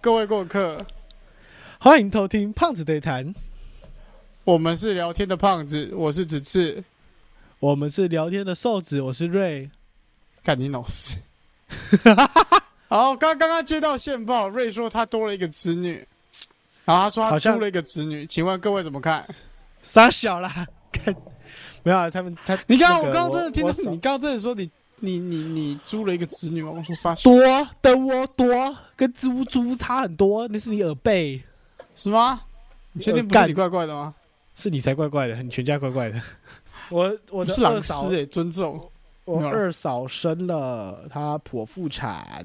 各位过客，欢迎偷听胖子对谈，我们是聊天的胖子，我是子次，我们是聊天的瘦子，我是瑞。干你老 师。好，刚刚刚接到线报，瑞说他多了一个子女，然后他说他好像出了一个子女，请问各位怎么看？傻小啦， 看没有、啊、他们他你看那我个刚刚真的听到我你刚刚真的说你你你你租了一个子女吗？我说啥？多的窝多跟猪猪差很多，那是你耳背，什么？你确定不呃是干你怪怪的吗？是你才怪怪的，你全家怪怪的。我我我的是二老嫂，啊师哎，尊重。我没有了二嫂生了，她剖腹产，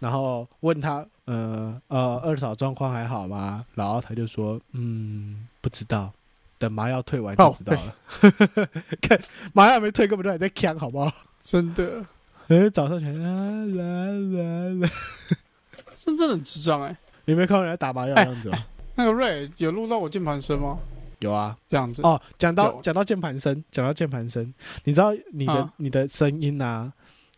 然后问她，呃呃，二嫂状况还好吗？然后她就说，嗯，不知道，等麻药退完就知道了。 看麻药还没退，根本就还在呛，好不好？真的，呃，早上起来，啦啦啦啦，真真的很智障哎、你有没有看到人家打麻药的样子吗？那个瑞有录到我键盘声吗？有啊。这样子，哦，讲到有讲到键盘声，讲到键盘声，你知道你的、啊你的声音啊，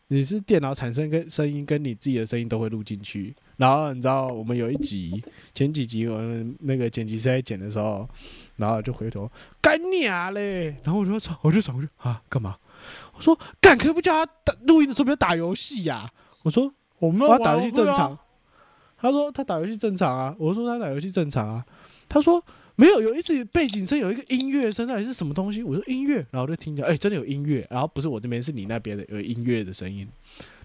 你是电脑产生跟声音跟你自己的声音都会录进去。然后你知道我们有一集前几集我们那个剪辑师在剪的时候，然后就回头干你啊嘞，然后我就说我就转过去啊干嘛？我说干可以不叫他打录音的时候不要打游戏呀、我说我们我要打游戏正我常。他说他打游戏正常啊，我说他打游戏正常啊。他说没有，有一次背景声有一个音乐声，到底是什么东西？我说音乐，然后我就听着，哎、真的有音乐，然后不是我这边，是你那边的有音乐的声音，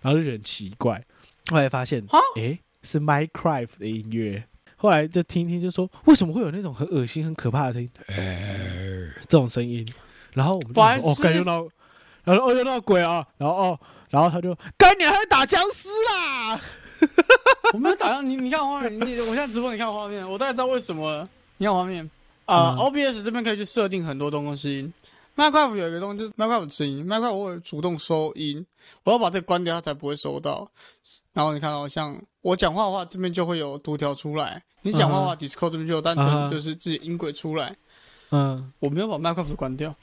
然后就觉得很奇怪。后来发现啊，哎、是 Minecraft 的音乐。后来就听一听，就说为什么会有那种很恶心、很可怕的声音，呃这种声音。然后我们就白想说哦，痴感觉到，然后哦，又闹鬼啊，然后哦，然后他就干你还会打僵尸啦！我没有打算你，你看画面，你我现在直播，你看画面，我大概知道为什么了。你看画面，啊、嗯 o b s 这边可以去设定很多东西。Minecraft 有一个东西就是，Minecraft 声音，Minecraft 我有主动收音，我要把这个关掉，它才不会收到。然后你看到、像我讲话的话，这边就会有读条出来；你讲话的话、d i s c o r d 这边就有单嗯纯哼就是自己音轨出来。嗯，我没有把 Minecraft 关掉，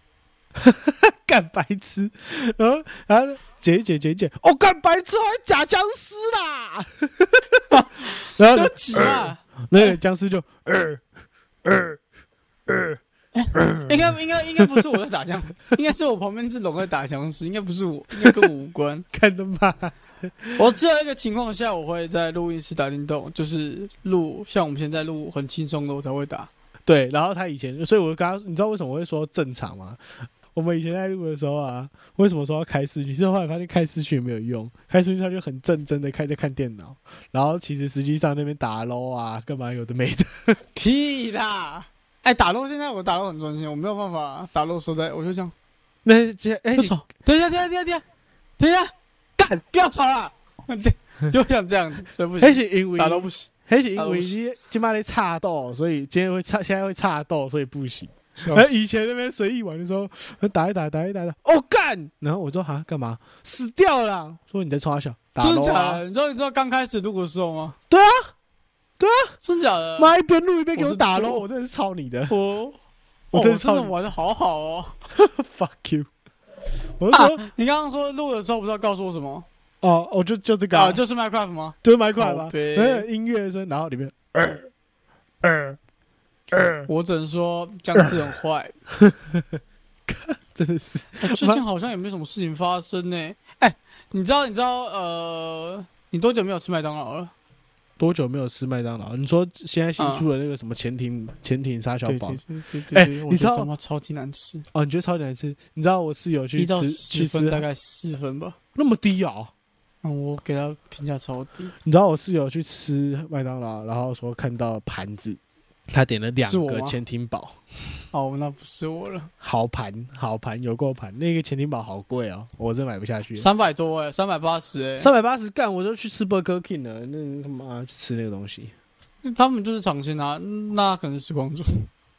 干白痴，然后然后剪一剪剪一剪，哦，干白痴，还假僵尸啦！ 然后对不起啊。那个僵尸就呃呃呃， 应该应该应该不是我在打僵尸，应该是我旁边这龙在打僵尸，应该不是我，应该跟我无关。看的嘛，我只有一个情况下，我会在录音室打电动，就是录像我们现在录很轻松的，我才会打。对，然后他以前，所以我刚刚，你知道为什么我会说正常吗？我们以前在录的时候啊，为什么说要开视讯？是后来发现开视讯没有用，开视讯他就很认真的开在看电脑，然后其实实际上那边打 LO 啊，干嘛有的没的。屁啦！哎、打肉现在我打肉很专心，我没有办法打肉的时候在，我就这样那这哎不，吵。等一下，等一下，等一下，等一下，干！不要吵啦！ 对，就像这样子，所以不那行，是因为打都不行。还是因为你今麦在插斗，所以今天会插，现在会插斗，所以不行。哎而以前那边随意玩的时候，呃打一打，打一打，打哦干，然后我说哈干嘛？死掉了啊，说你在冲他笑，打真咯假啊，的？你知道你知道刚开始录的时候吗？啊对啊，真假的？妈一边录一边给我打咯，我是我真的是操你的我我我真的真操的你玩的好好哦。 ，fuck you！我就说你刚刚说录的时候不知道告诉我什么？哦，我就就这个啊，啊，就是 Minecraft 吗？就是麦块吧靠，背那个音乐声，然后里面呃呃呃，我只能说僵尸很 坏。真的是哎最近好像也没什么事情发生呢、哎、你知道你知道呃，你多久没有吃麦当劳了？ 多久没有吃麦当劳？你说现在新出的那个什么潜艇啊潜艇沙小对堡对？对对哎对对，我你知觉道得他妈超级难吃，哦，你觉得超级难吃？你知道我室友去一到吃十去分吃大概四分吧。那么低哦。嗯，我给他评价超低，你知道我室友去吃麦当劳，然后说看到盘子，他点了两是我个吗潜艇堡，哦，那不是我了，好盘好盘有够盘，那个潜艇堡好贵哦，我真买不下去。三百多哎、三百八十哎，三百八十干，我就去吃 Burger King 了，那他妈去吃那个东西他们就是尝鲜啊，那可能是时光族，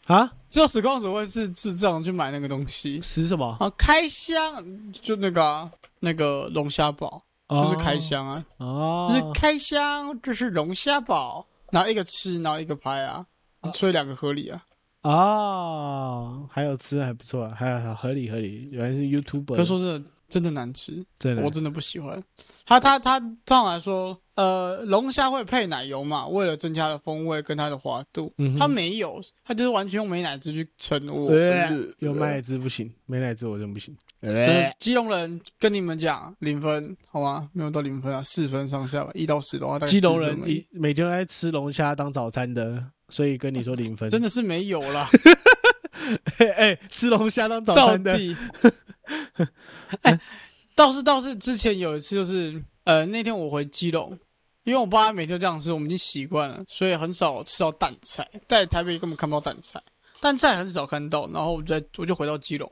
啊？ 只有时光族会是智障去买那个东西。吃什么？啊，开箱就那个、啊、那个龙虾堡，就是开箱啊，哦，就是开箱，这是龙虾堡，然后一个吃，然后一个拍啊，哦所以两个合理啊。哦，还有吃还不错啊，还有合理合理，原来是 YouTuber。可是说真的，真的难吃，真的我真的不喜欢。它它它通常来说，呃，龙虾会配奶油嘛，为了增加的风味跟它的滑度。嗯哼它没有，它就是完全用美乃滋去撑我。啊对真是有麦汁不行，没奶汁我真不行。真的基隆人跟你们讲零分好吗？没有到零分啊，四分上下吧，一到十的话，大概基隆四分人而已一每天都在吃龙虾当早餐的，所以跟你说零分。真的是没有啦， 哎、哎吃龙虾当早到餐的， 底。哎，倒是倒是，之前有一次就是，呃，那天我回基隆，因为我爸每天这样吃，我们已经习惯了，所以很少吃到蛋菜，在台北根本看不到蛋菜，蛋菜很少看到。然后我就在我就回到基隆，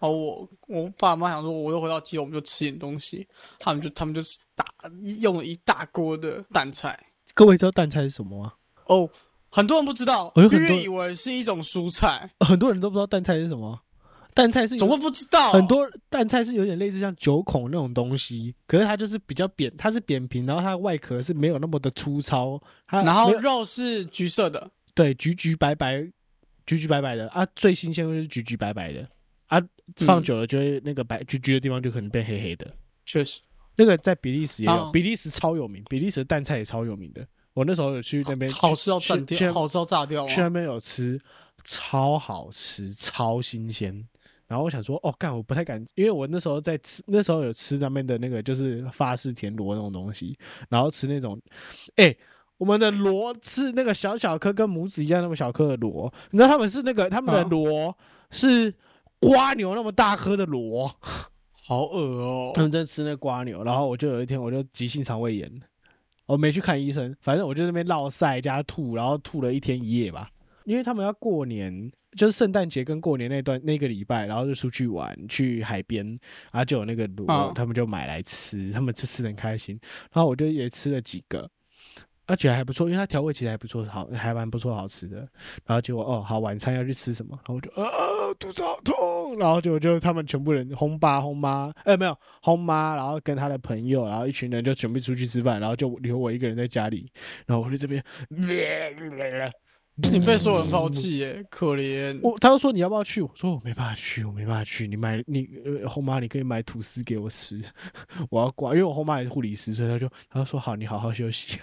然后我我爸妈想说，我都回到基隆，我们就吃点东西，他们就他们就打用了一大锅的蛋菜，各位知道蛋菜是什么吗？ 哦，很多人不知道，哦我有很因多为以为是一种蔬菜，很多人都不知道蛋菜是什么。啊蛋菜是怎么会不知道？很多蛋菜是有点类似像九孔那种东西，可是它就是比较扁，它是扁平，然后它的外壳是没有那么的粗糙，它然后没有肉是橘色的，对橘橘白白，橘橘白白的啊，最新鲜的就是橘橘白白的啊，嗯放久了就会那个白橘橘的地方就可能变黑黑的。确实。那个在比利时也哦有，比利时超有名，比利时的蛋菜也超有名的。我那时候有去那边好吃到去炸去掉，好吃到炸掉去那啊！边有吃，超好吃，超新鲜。然后我想说，哦，干，我不太敢，因为我那时候在吃，那时候有吃那边的那个就是法式田螺那种东西，然后吃那种，哎、我们的螺是那个小小颗，跟拇指一样那么小颗的螺，你知道他们是那个他们的啊螺是瓜牛那么大颗的螺，好恶哦、 他们在吃那瓜牛，然后我就有一天我就急性肠胃炎，我没去看医生，反正我就在那边落晒加吐，然后吐了一天一夜吧。因为他们要过年，就是圣诞节跟过年那段那个礼拜，然后就出去玩，去海边，然后就有那个螺，啊他们就买来吃，他们吃吃得很开心。然后我就也吃了几个，而且还不错，因为它调味其实还不错，好还蛮不错，好吃的。然后结果哦，好晚餐要去吃什么？然后我就呃肚子好痛，然后结果就他们全部人轰爸轰妈，哎、没有轰妈，然后跟他的朋友，然后一群人就准备出去吃饭，然后就留我一个人在家里，然后我就这边，呃你被所有人抛弃耶，嗯可怜。我他就说你要不要去？我说我没办法去，我没办法去。你买你呃后妈，你可以买吐司给我吃， 我要挂，因为我后妈也是护理师，所以他就他就说好，你好好休息。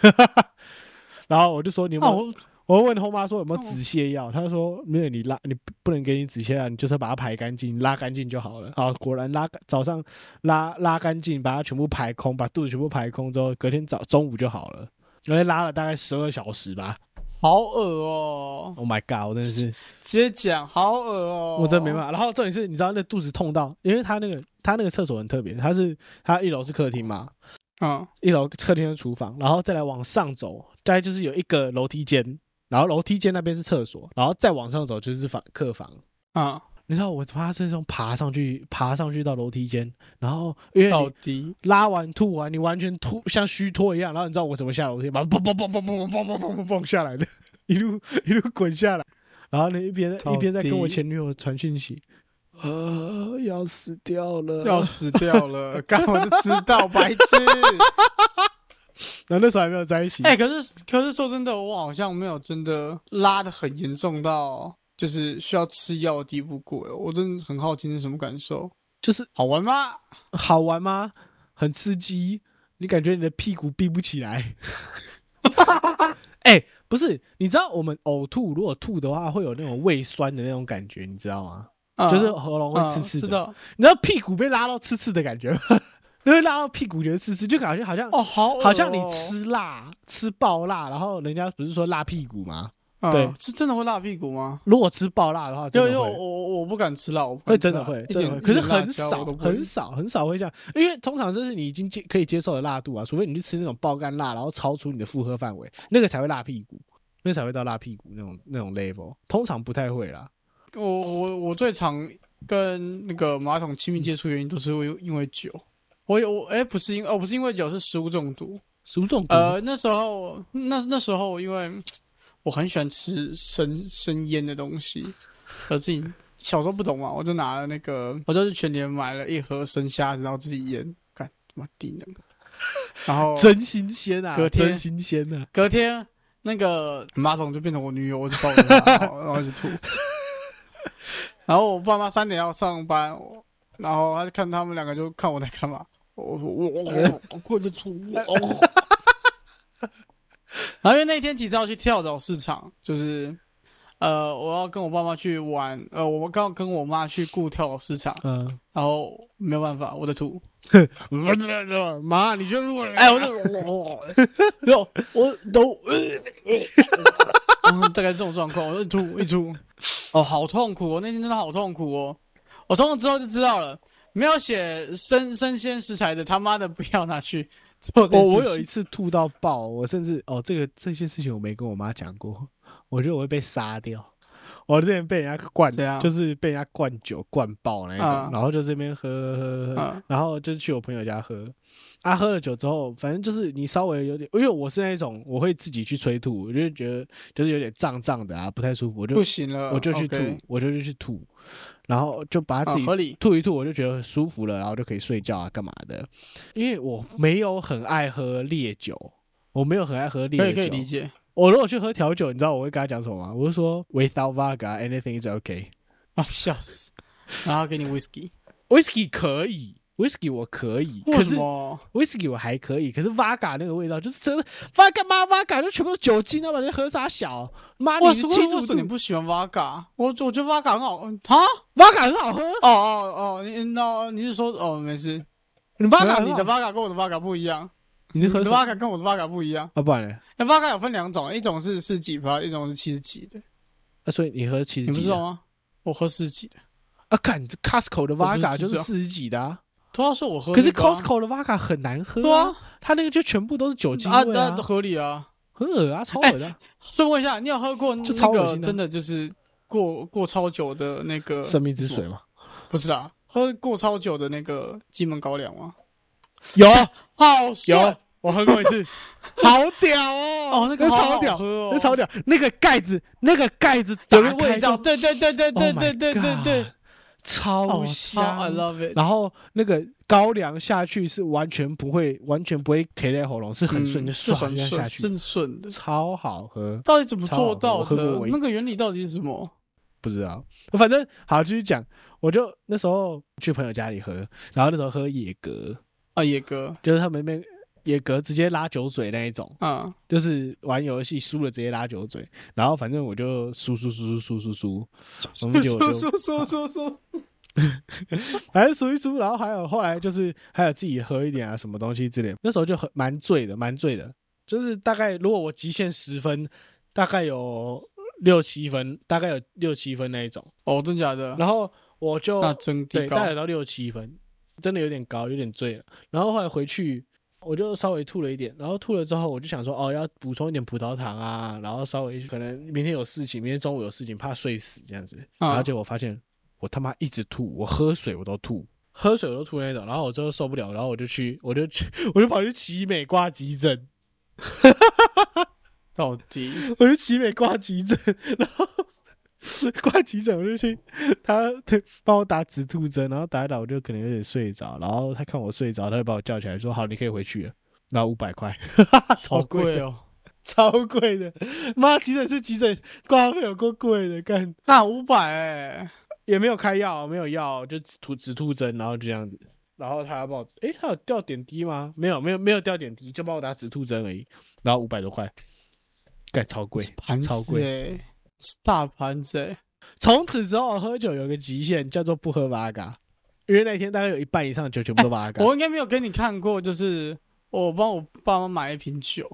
然后我就说你有没哦，有我我问后妈说有没有哦止泻药，她说没有，你拉你不不能给你止泻药，你就是要把它排干净，拉干净就好了。好，果然拉早上拉拉干净，把它全部排空，把肚子全部排空之后，隔天早中午就好了。而且拉了大概十二小时吧。好恶哦、 Oh my god！我真的是，直接讲，好恶哦、我真没办。法。然后重点是，你知道那肚子痛到，因为他那个他那个厕所很特别，他是他一楼是客厅嘛，嗯，一楼客厅的厨房，然后再来往上走，大概就是有一个楼梯间，然后楼梯间那边是厕所，然后再往上走就是房客房。啊、你知道我他这种爬上去，爬上去到楼梯间，然后因嗯，为到你底拉完吐完，你完全吐像虚脱一样，然后你知道我怎么下楼梯吗？嘣嘣嘣嘣嘣嘣嘣嘣嘣嘣嘣下来的， 一路一路滚下来，然后呢一边到一边在跟我底前女友传讯息，呃，要死掉了，要死掉了，干我就知道，白 痴。然后那时候还没有在一起，哎、可是可是说真的，我好像没有真的拉的很严重到就是需要吃药的地步过耶。我真的很好奇是什么感受，就是好玩吗？好玩吗？很刺激，你感觉你的屁股闭不 起来。哎、不是，你知道我们呕吐，如果吐的话，会有那种胃酸的那种感觉，你知道吗？嗯就是喉咙会嗯刺刺知的。道你知道屁股被拉到刺刺的感觉吗？ 你会拉到屁股觉得刺刺，就感觉好像、哦，好恶哦、好像你吃辣吃爆辣，然后人家不是说辣屁股吗？嗯对是真的会辣屁股吗？如果吃爆辣的话，真因的为会因为我我我不敢吃辣，我不敢会吃真的辣会，一真的点会，可是一点辣很椒少，我都不会很少，很少会这样，因为通常就是你已经接可以接受的辣度啊，除非你去吃那种爆干辣，然后超出你的负荷范围，那个才会辣屁股，那个才会到辣屁股那种那种 level，通常不太会呃啦。我我我最常跟那个马桶亲密接触原因都是因为因为酒，我有我哎、不是因哦不是因为酒是食物中毒，食物中毒，呃那时候那那时候因为我很喜欢吃生生腌的东西，我自己小时候不懂嘛，我就拿了那个我就是全年买了一盒生虾子，然后自己腌，干他妈低能，然 后真新鲜啊隔，天真新鲜啊！隔天那个马桶就变成我女友，我就抱着 她，然后然后一直吐。然后我爸妈三点要上班，我然后他就看他们两个就看我在干嘛，我说我我我哦我快点出我哦。然后因为那天其实要去跳蚤市场，就是呃我要跟我爸妈去玩，呃我刚好跟我妈去顾跳蚤市场， 嗯，然后没有办法我的图，妈，你就是 我，哎我就我 我我都，嗯 大概是这种状况，我就吐一吐，哦好痛苦哦，那天真的好痛苦哦，我痛了之后就知道了。没有写生生鲜食材的，他妈的不要拿去做这件事情。我哦我有一次吐到爆，我甚至哦，这个这些事情我没跟我妈讲过，我觉得我会被杀掉。我之前被人家灌怎样，就是被人家灌酒灌爆那一种，嗯然后就这边喝喝喝喝，嗯然后就去我朋友家喝。啊，喝了酒之后，反正就是你稍微有点，因为我是那种我会自己去催吐，我就觉得就是有点胀胀的啊，不太舒服，我就不行了，我就去吐 OK 我就去吐，然后就把它啊自己合理吐一吐，我就觉得舒服了，然后就可以睡觉啊，干嘛的？因为我没有很爱喝烈酒，我没有很爱喝烈酒。可以可以理解。我如果去喝调酒，你知道我会跟他讲什么吗？我就说 without vodka anything is okay。啊，笑死！然后给你 whisky， Whisky 可以，Whisky 我可以，可为是什么？ Whisky 我还可以，可是 Vaga 那个味道就是真的 Vaga 妈 Vaga 就全部都酒精，啊要不然你喝啥小？妈，为你什是么七十为五什度么你不喜欢 Vaga？我我觉得 Vaga 很好嗯啊。 ，Vaga 很好喝，哦哦哦，你那你是说哦没事你 Vaga 没有你很好的 Vaga 跟我的 Vaga 不一样，你你是的喝什么 Vaga 跟我的 Vaga 不一样。啊，不然嘞，那 Vaga 有分两种，一种是四几趴，一种是七十几的，啊，所以你喝七十你几不的知道吗？我喝四十几的，啊？看这 Costco 的我不是 Vaga 知就是道四十几的啊，都要说我喝那个可是啊。 Costco 的 Vaga 很难喝对啊，它那个就全部都是酒精啊，哎味啊那，合理啊。很恶啊，超恶的啊。顺问一下，你有喝过那这超恶个心的真的就是过过超久的那个生命之水嘛，不是啦，喝过超久的那个金门高粱吗？有好帅有，我喝过一 次，好屌啊哦哦，，那个好超好屌喝，哦，那超屌，那个盖子，那个盖子有打个开味道，就对对对对 Oh 对 my 对对对对 God，，超哦香超，I love it。然后那个高粱下去是完全不会，完全不会 K 在喉咙，是很顺，嗯就是唰很一下顺，下去，顺顺的。超好喝。到底怎么超做好喝到我喝过的我？一那个原理到底是什么？不知道，反正好继续讲。我就那时候去朋友家里喝，然后那时候喝野格，啊，野哥，就是他们那边野格直接拉酒嘴那一种，啊，就是玩游戏输了直接拉酒嘴。然后反正我就输输输输输输输，我们就啊说 说说说说，反正输一输，然后还有后来就是还有自己喝一点啊，什么东西之类的。那时候就很蛮醉的，蛮醉的，就是大概如果我极限十分，大概有六七分，大概有六七分那一种。哦，真假的？然后我就那真地对，高大概有到六七分，真的有点高，有点醉了。然后后来回去，我就稍微吐了一点，然后吐了之后，我就想说，哦，要补充一点葡萄糖啊，然后稍微可能明天有事情，明天中午有事情，怕睡死这样子。啊然后结果发现我他妈一直吐，我喝水我都吐。喝水我都吐那种，然后我最后受不了，然后我就去，我就去， 我就跑去奇美挂急诊，到底我去奇美挂急诊，然后 挂急诊我就去他他帮我打止吐针，然后打一打我就可能有点睡着，然后他看我睡着，他就把我叫起来说：“好，你可以回去了。”然后五百块，超好贵贵的，哦！超贵的，妈，急诊是急诊，挂号费有够贵的，干那五百哎，也没有开药，没有药，就吐止吐针，然后就这样子。然后他要帮我，诶，他有吊点滴吗？没有，没有，没有吊点滴，就帮我打止吐针而已。然后五百多块，干超贵，盘子超贵哎，是大盘子哎。从此之后，喝酒有个极限，叫做不喝 v 嘎，因为那天大概有一半以上的酒全部都 v 嘎。我应该没有跟你看过，就是我帮我爸妈买一瓶酒，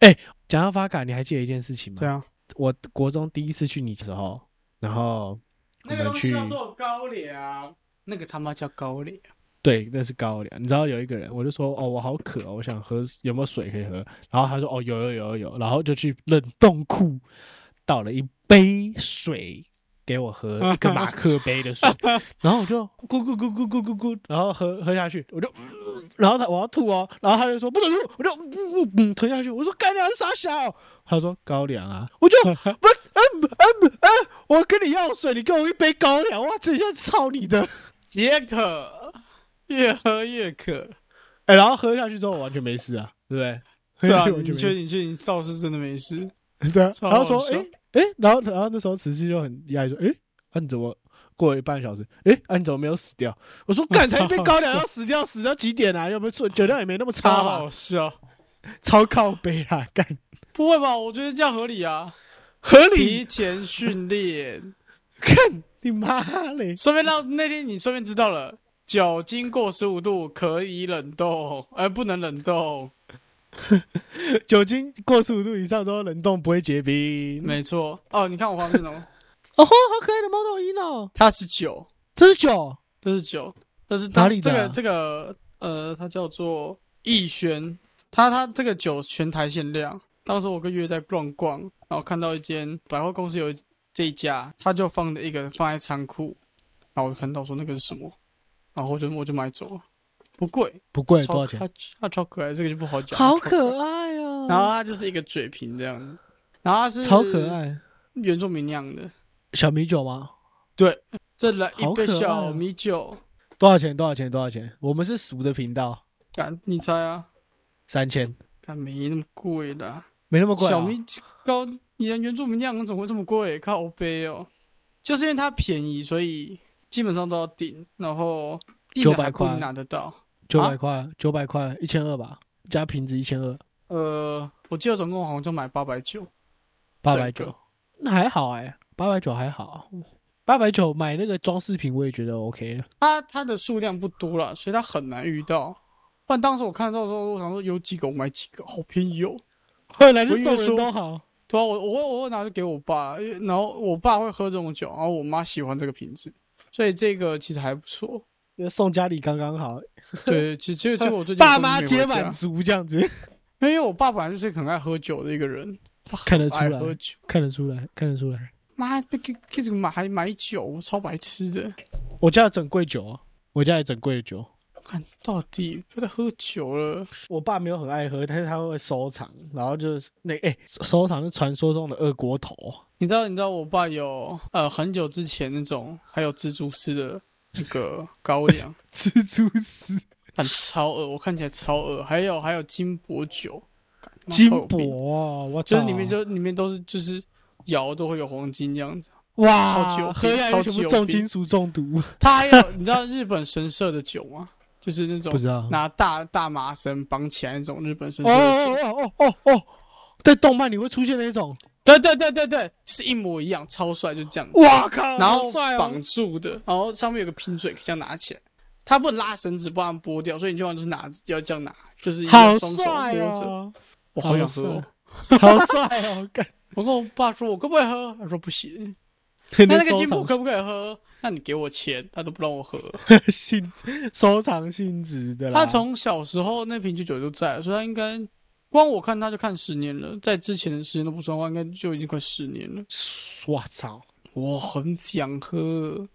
嗯讲到 v 嘎，你还记得一件事情吗？样。我国中第一次去你的时候，然后我那个们东西去，叫做高粱，啊那个他妈叫高粱。对，那是高粱。你知道有一个人，我就说哦，我好渴、哦，我想喝，有没有水可以喝？然后他说哦，有有有有有，然后就去冷冻库倒了一杯水给我喝，一个马克杯的水，然后我就咕咕咕咕咕咕咕，然后喝喝下去，我就，嗯然后他我要吐哦，然后他就说不准吐，我就嗯嗯嗯吞下去，我说干粮傻小，他说高粱啊，我就不嗯嗯嗯，我跟你要水，你给我一杯高粱，哇，这下操你的！解渴，越喝越渴。哎、然后喝下去之后完全没事啊，对不对？ 是喝下啊，去完全你没确事，定你确定倒是真的没 事？对啊。超然后说，好笑哎、哎、然后然后那时候慈禧就很压抑说，哎、啊你怎么过了一半小时，诶、啊你怎么没有死掉？我说干才一杯高粱要死掉，死到几点啊？要不然酒量也没那么超差吧，好笑。超靠背啦，干不会吧？我觉得这样合理啊，合理，提前训练，看你妈嘞！顺便让那天你顺便知道了，酒精过十五度可以冷冻，而、不能冷冻。酒精过十五度以上之后冷冻不会结冰。没错，哦，你看我画面 哦，哦，好可爱的猫头鹰哦，它是酒，这是酒，这是酒，这是哪里的这啊个这个呃，它叫做逸轩，它它这个酒全台限量。当时我跟月在逛逛，然后看到一间百货公司有这一家，他就放的一个放在仓库，然后我就看到说那个是什么，然后我就我就买走了，不贵，不贵，超多少钱？它它超可爱，这个就不好讲。好它超可爱哦，然后它就是一个嘴瓶这样子，然后它是超可，爱，原住民酿的。小米酒吗？再来一好杯可爱小哦米酒，多少钱？多少钱？多少钱？我们是俗的频道，敢、你猜啊？三千，敢没那么贵啦。没那么贵啊。小米高，你的原住民酿怎么会这么贵？靠杯哦，就是因为它便宜，所以基本上都要订，然后订的900还不一定块拿得到。九啊百块，九百块，一千二吧，加瓶子一千二，呃，我记得总共好像就买八百九，八百整九个，那还好哎、八百九还好，八百九买那个装饰品我也觉得 OK 了。它它的数量不多了，所以它很难遇到。不然当时我看到的时候，我想说有几个我买几个，好便宜哦。后来就我以为送人说都好，对啊，我我会我会拿去给我爸，因为然后我爸会喝这种酒，然后我妈喜欢这个品质，所以这个其实还不错。送家里刚刚好，对，其其实其实我最近 爸都没妈回皆家满足这样子， 因为我爸本来就是很爱喝酒的一个人，他很看得出爱来喝酒。看得出来，看得出来。妈，给给给这个买还买酒，超白痴的。我家有整柜酒啊，我家有整柜的酒。看到底不要再喝酒了，我爸没有很爱喝，但是他会收藏，然后就是那哎、收藏是传说中的二锅头，啊你知道你知道我爸有呃很久之前那种还有蜘蛛丝的那个高粱， 蜘蛛丝、但超恶，我看起来超恶。还有还有金箔酒，干他妈金超有病箔啊，我就是操里面就里面都是就是摇都会有黄金这样子。超级有哇，病喝下超级去全部有重病金属 中毒，他还有你知道日本神社的酒吗？就是那种不知道。拿大大麻绳绑起来那种日本神嗯哦社的酒。哦哦哦哦哦，在动漫里会出现那种，对对对对对，就是一模一样，超帅，就这样。哇靠，然好后帅哦绑住的，然后上面有个拼嘴，这样拿起来。他不能拉绳子，不然剥掉，所以你就要就是拿，要这样拿，就是一个好双手帅摸着。哦，我好想喝哦。好帅哦，干，我跟我爸说，我可不可以喝？他说不行。那 那那个金箔可不可以喝？那你给我钱，他都不让我喝。 性收藏性质的啦，他从小时候那瓶酒酒就在了，所以他应该光我看他就看十年了，在之前的时间都不算的话，应该就已经快十年了。我操，我很想喝，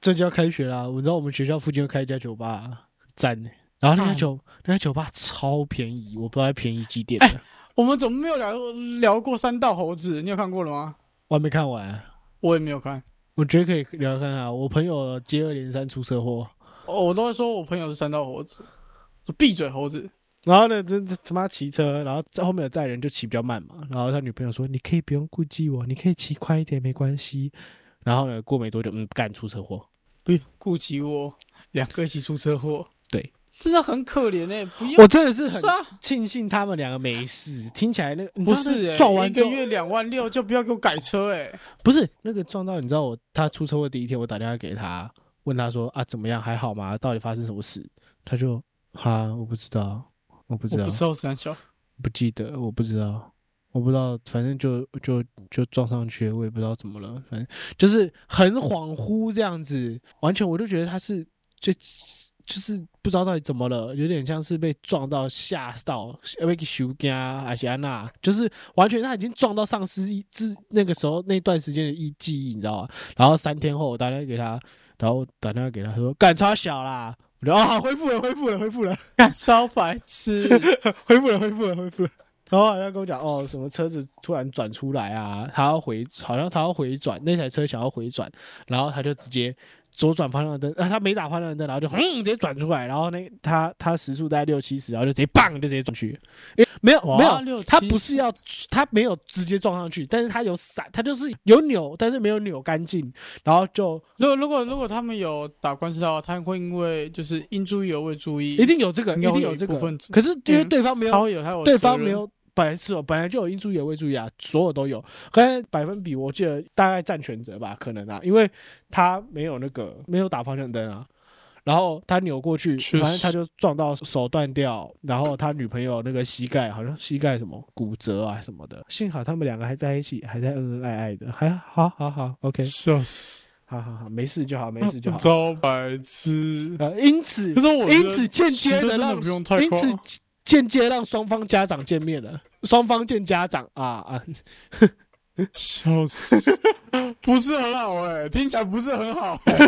这就要开学啦，我知道我们学校附近又开一家酒吧，赞呢。然后那家干酒那家酒吧超便宜，我不知道它便宜几点哎的，我们怎么没有聊聊过三道猴子？你有看过了吗？我还没看完。我也没有看，我觉得可以聊看啊，我朋友接二连三出车祸，哦我都会说我朋友是三道猴子，说闭嘴猴子。然后呢，这这他妈骑车，然后在后面有载人就骑比较慢嘛。然后他女朋友说：“你可以不用顾忌我，你可以骑快一点，没关系。”然后呢，过没多久，嗯，干出车祸。不顾及我，两个一起出车祸，对，真的很可怜哎、不用我真的是很是啊，庆幸他们两个没事。听起来那个你知不道那是、欸、撞完一之个后，月两万六就不要给我改车哎、不是那个撞到，你知道我他出车祸第一天，我打电话给他，问他说：“啊，怎么样？还好吗？到底发生什么事？”他就：“啊，我不知道，我不知我道不，知道三 小，不记得，我不知道，我不知道，反正就就就撞上去了，我也不知道怎么了，反正就是很恍惚这样子，完全我就觉得他是就就是不知道到底怎么了，有点像是被撞到吓到，呃被修啊，还是安娜，就是完全他已经撞到丧失意自那个时候那段时间的忆记忆，你知道吗？然后三天后我打电话给他，然后打电话给他他说干超小啦，我说啊恢复了，恢复了，恢复了。干超白痴。恢复了，恢复了，恢复了。 然后好像跟我讲，哦，什么车子突然转出来啊，他要回，好像他要回转，那台车想要回转，然后他就直接左转方向灯，啊，他没打方向灯，然后就轰、直接转出来，然后那他他时速大概六七十，然后就直接棒就直接转去，诶，没有没有，有他不是要他没有直接撞上去，但是他有闪，他就是有扭，但是没有扭干净，然后就如果如果如果他们有打官司的话，他会因为就是应注意而未注意，一定有这个，应一该会定有这一部个，分，可是因为嗯对方没有他会有他有对责方没任有，本来是有，本来就有应注意有未注意啊，所有都有。刚才百分比我记得大概占全责吧，可能啊，因为他没有那个没有打方向灯啊，然后他扭过去，确实反正他就撞到手断掉，然后他女朋友那个膝盖好像膝盖什么骨折啊什么的，幸好他们两个还在一起，还在恩恩爱爱的，还好好好，OK，笑死，好好好，没事就好，没事 就好。招白痴。呃，因此可，是我觉因得此间行接的政真让，的不用太因夸此间接让双方家长见面了，双方见家长啊啊， 笑死，不是很好哎、听起来不是很好、欸。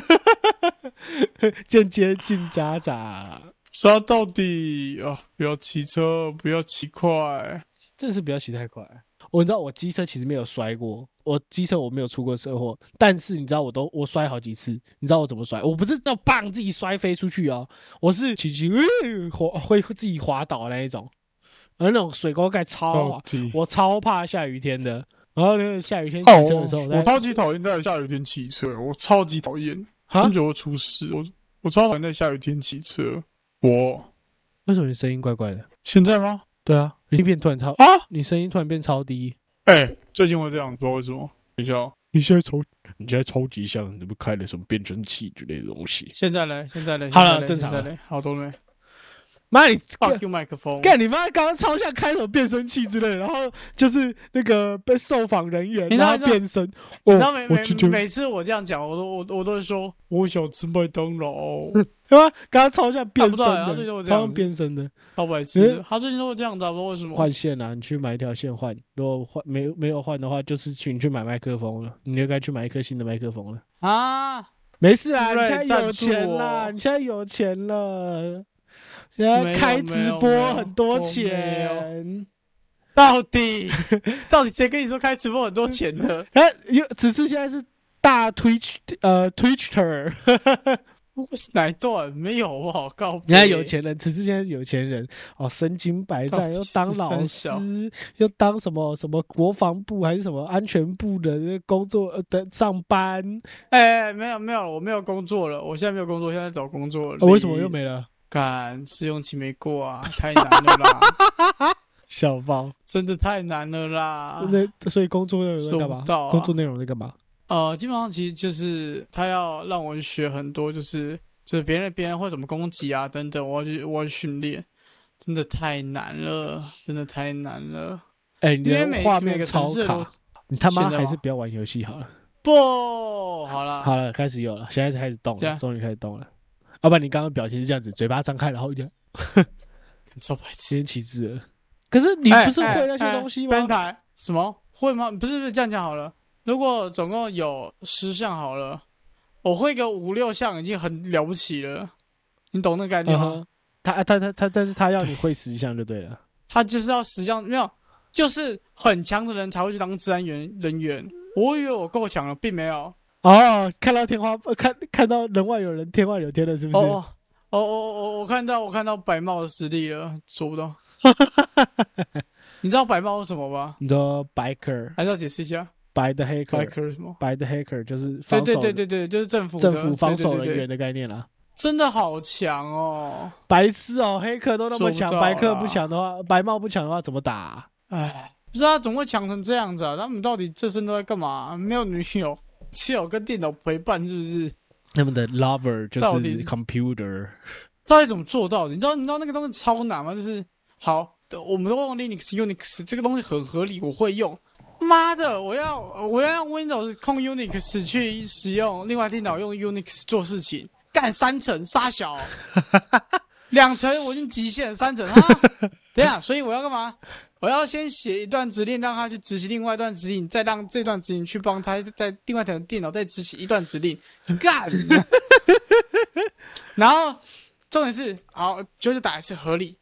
间接见家长，说到到底啊，不要骑车，不要骑快。真的是不要骑太快。我你知道我机车其实没有摔过，我机车我没有出过车祸，但是你知道我都我摔好几次，你知道我怎么摔？我不是要棒自己摔飞出去哦，我是骑骑呃滑会会自己滑倒那一种，而那种水沟盖超到滑，底我超怕下雨天的。然后那个下雨天骑哦，车的时候，我我在超级讨厌在下雨天骑车，我超级讨厌，啊真觉得会出事。我我超讨厌在下雨天骑车。我为什么你声音怪怪的？现在吗？对啊，你变突然超，啊，你声音突然变超低。哎、最近会这样，不知道为什么。等一下哦，你现在超，你现在超级像，你怎么开了什么变声器之类的东西？现在嘞，现在嘞，好了现在嘞正常了现在嘞，好多了没妈，你干？Fuck you 麦克风，干你妈！刚刚超像开什么变声器之类的，然后就是那个被受访人员，你知然道后变声。你哦知道每，我就每觉得，每次我这样讲，我都我我都会说我想吃麦当劳，对吧？刚刚超像变不声知道欸他最近的，都这超样像变声的。老白痴嗯，他最近都会这样子啊，不知道为什么。换线啊，你去买一条线换。如果换没没有换的话，就是去你去买麦克风了，你就该去买一颗新的麦克风了。啊，没事啦，你瑞现在有赞助钱我啦，你现在有钱了，有人家开直没有没播有很多我钱。到底到底谁跟你说开直播很多钱的？哎，有只是现在是大 Twitch 呃 Twitcher，是哪一段没有我好告别人家有，钱人，此次现在是有钱人哦，身经百到战，底又是当老三师小，又当什么什么国防部还是什么安全部的工作呃的上班，哎、没有没有，我没有工作了，我现在没有工作，现在找工作了。哦为什么又？没了？干，试用期没过啊，太难了啦， 小包，真的太难了啦。那所以工作内容在干收嘛啊不？到啊工作内容在干嘛？呃，基本上其实就是他要让我学很多，就是就是别人别人会怎么攻击啊等等，我要去我要去训练，真的太难了，真的太难了。哎，你因为的每画每面个超城市都卡，你他妈现在还吗是不要玩游戏好了。不好了，好了，开始有了，现在开始动这了，样终于开始动了。啊要不然你刚刚表情是这样子，嘴巴张开，然后有点超白有痴哎点。起字了。可是你不是会那些东西哎哎哎编？吗台什么会吗？不是不是，这样讲好了。如果总共有十项好了，我会个五六项已经很了不起了，你懂那概念嗯吗？哼他他他他，但是他要你会十项就对 了。他就是要十项，没有，就是很强的人才会去当治安员人员。我以为我够强了，并没有。哦，看到天花，呃看看到人外有人，天外有天了，是不哦是？哦哦哦哦，我看到我看到白帽的实力了，做不到。你知道白帽是什么 吗？你说白客，还是要解释一下白的黑客白，科是什么？白的黑客就是对防对守对对对，就是政府的政府防守对对对人对员的概念啦。真的好强哦！白痴哦，黑客都那么强，做不到白客啦不强的话，白帽不强的话怎么打啊？哎，不知道他怎么会强成这样子啊？他们到底这身都在干嘛、没有女友，只有跟电脑陪伴，是不是？ 他们的 lover 就到是底 computer。到底怎么做到的？你知道你知道那个东西超难吗？就是好，我们都用 Linux、Unix 这个东西很合理，我会用。妈的，我要我要用 Windows 控 Unix 去使用，另外电脑用 Unix 做事情，干三层杀小，两层我已经极限了，三层啊，等一下，所以我要干嘛？我要先写一段指令，让他去执行另外一段指令，再让这段指令去帮他在另外一台电脑再执行一段指令，干。然后重点是，好，就是打一次合理，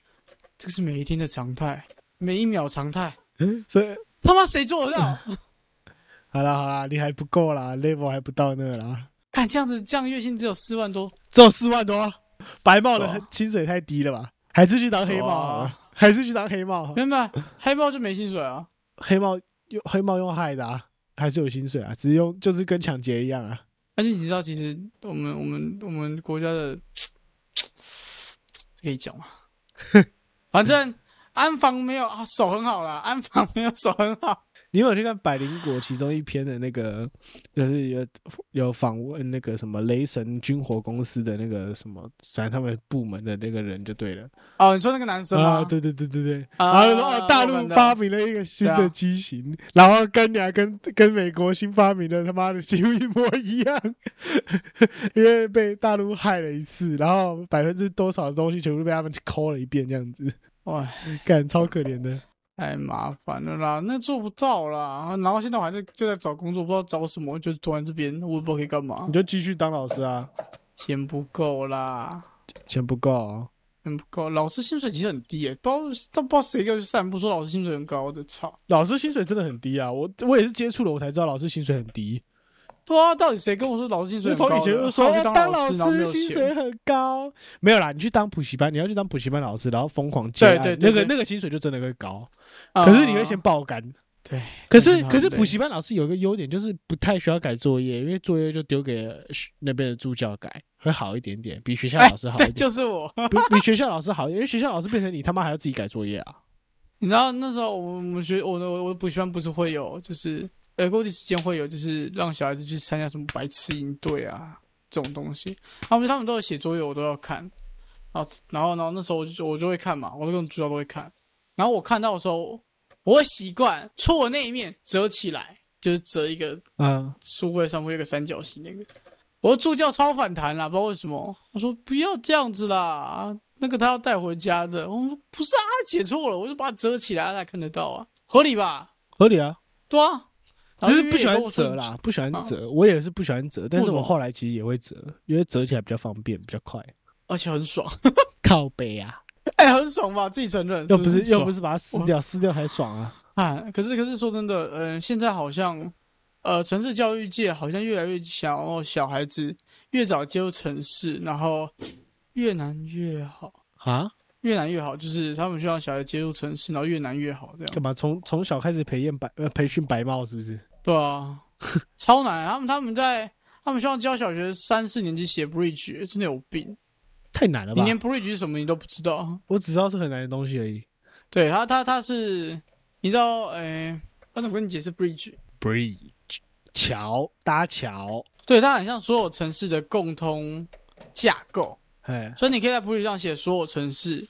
这个是每一天的常态，每一秒常态。所以 他妈谁做得到？好啦好啦，你还不够啦，level 还不到那啦。看这样子，这样月薪只有四万多，只有四万多，白帽的哇薪水太低了吧？还是去当黑帽好了，还是去当黑帽好了？明白？黑豹就没薪水啊，黑帽用黑帽用害的、啊，还是有薪水啊？只是用就是跟抢劫一样啊。而且你知道，其实我们我们我们国家的这可以讲 吗？反正安防没有啊，手很好啦，安防没有手很好。你有没有去看《百灵果》其中一篇的那个，就是有有访问那个什么雷神军火公司的那个什么，反正他们部门的那个人就对了。哦，你说那个男生吗？啊，对对对对对，啊然后就说哦，大我陆懂的发明了一个新对的啊机型，然后跟你啊跟跟美国新发明的他妈的几乎一模一样， 因为被大陆害了一次，然后百分之多少的东西全部被他们抠了一遍，这样子，哇，干超可怜的。太麻烦了啦，那做不到啦。然后现在我还在就在找工作，不知道找什么，就坐在这边，我也不知道可以干嘛你，就继续当老师啊，钱不够啦。钱不够哦、钱不够，老师薪水其实很低耶、不知道都不知道谁给我去散步说老师薪水很高的，操！老师薪水真的很低啊，我我也是接触了我才知道老师薪水很低。对啊，到底谁跟我说老师薪水就很高从的？以前就说还有去哦当当老老师，然后没师有薪钱水很高，没有啦，你去当补习班，你要去当补习班老师，然后疯狂接对案对对那个对那个薪水就真的会高，啊可是你会先爆肝。对，可真是的很可是累补习班老师有一个优点就是不太需要改作业，因为作业就丢给学那边的助教改，会好一点点，比学校哎老师好对，一点，就是我。比 比学校老师好一点，因为学校老师变成你他妈还要自己改作业啊。你知道那时候我们学我的我的补习班不是会有，就是呃过段时间会有，就是让小孩子去参加什么白痴营队啊这种东西，他们他们都有写作业，我都要看。然后然后然后那时候我就我就会看嘛，我都跟主教都会看。然后我看到的时候，我会习惯错那一面折起来，就是折一个嗯，书柜上会有一个三角形那个。我助教超反弹啦，不知道为什么。他说不要这样子啦，那个他要带回家的。我说不是啊，他写错了，我就把它折起来，他才看得到啊，合理吧？合理啊，对啊，只是不喜然后因为也欢跟我说折。啦，不喜欢啊折，我也是不喜欢折，但为是什我么后来其实也会折，因为折起来比较方便，比较快，而且很爽， 靠背啊。哎、很爽吧？自己承认，又不是是又不是是把它撕我掉，撕掉才爽啊！啊？可是可是说真的，嗯、现在好像，呃，城市教育界好像越来越想要小孩子越早接触城市，然后越难越好。啊，越难越好，就是他们需要小孩接触城市，然后越难越好这干样。嘛从从小开始培验白呃培训白帽是不是？对啊，超难。啊他们他们在他们希望教小学三四年级写 bridge，真的欸有病。太难了你吧？连 bridge 是什么你都不知道。我只知道是很难的东西而已。对他他他是，你知道，诶，他怎么跟你解释 bridge？ Bridge 桥搭桥，对，它很像所有城市的共通架构，哎，所以你可以在 bridge 上写所有城市，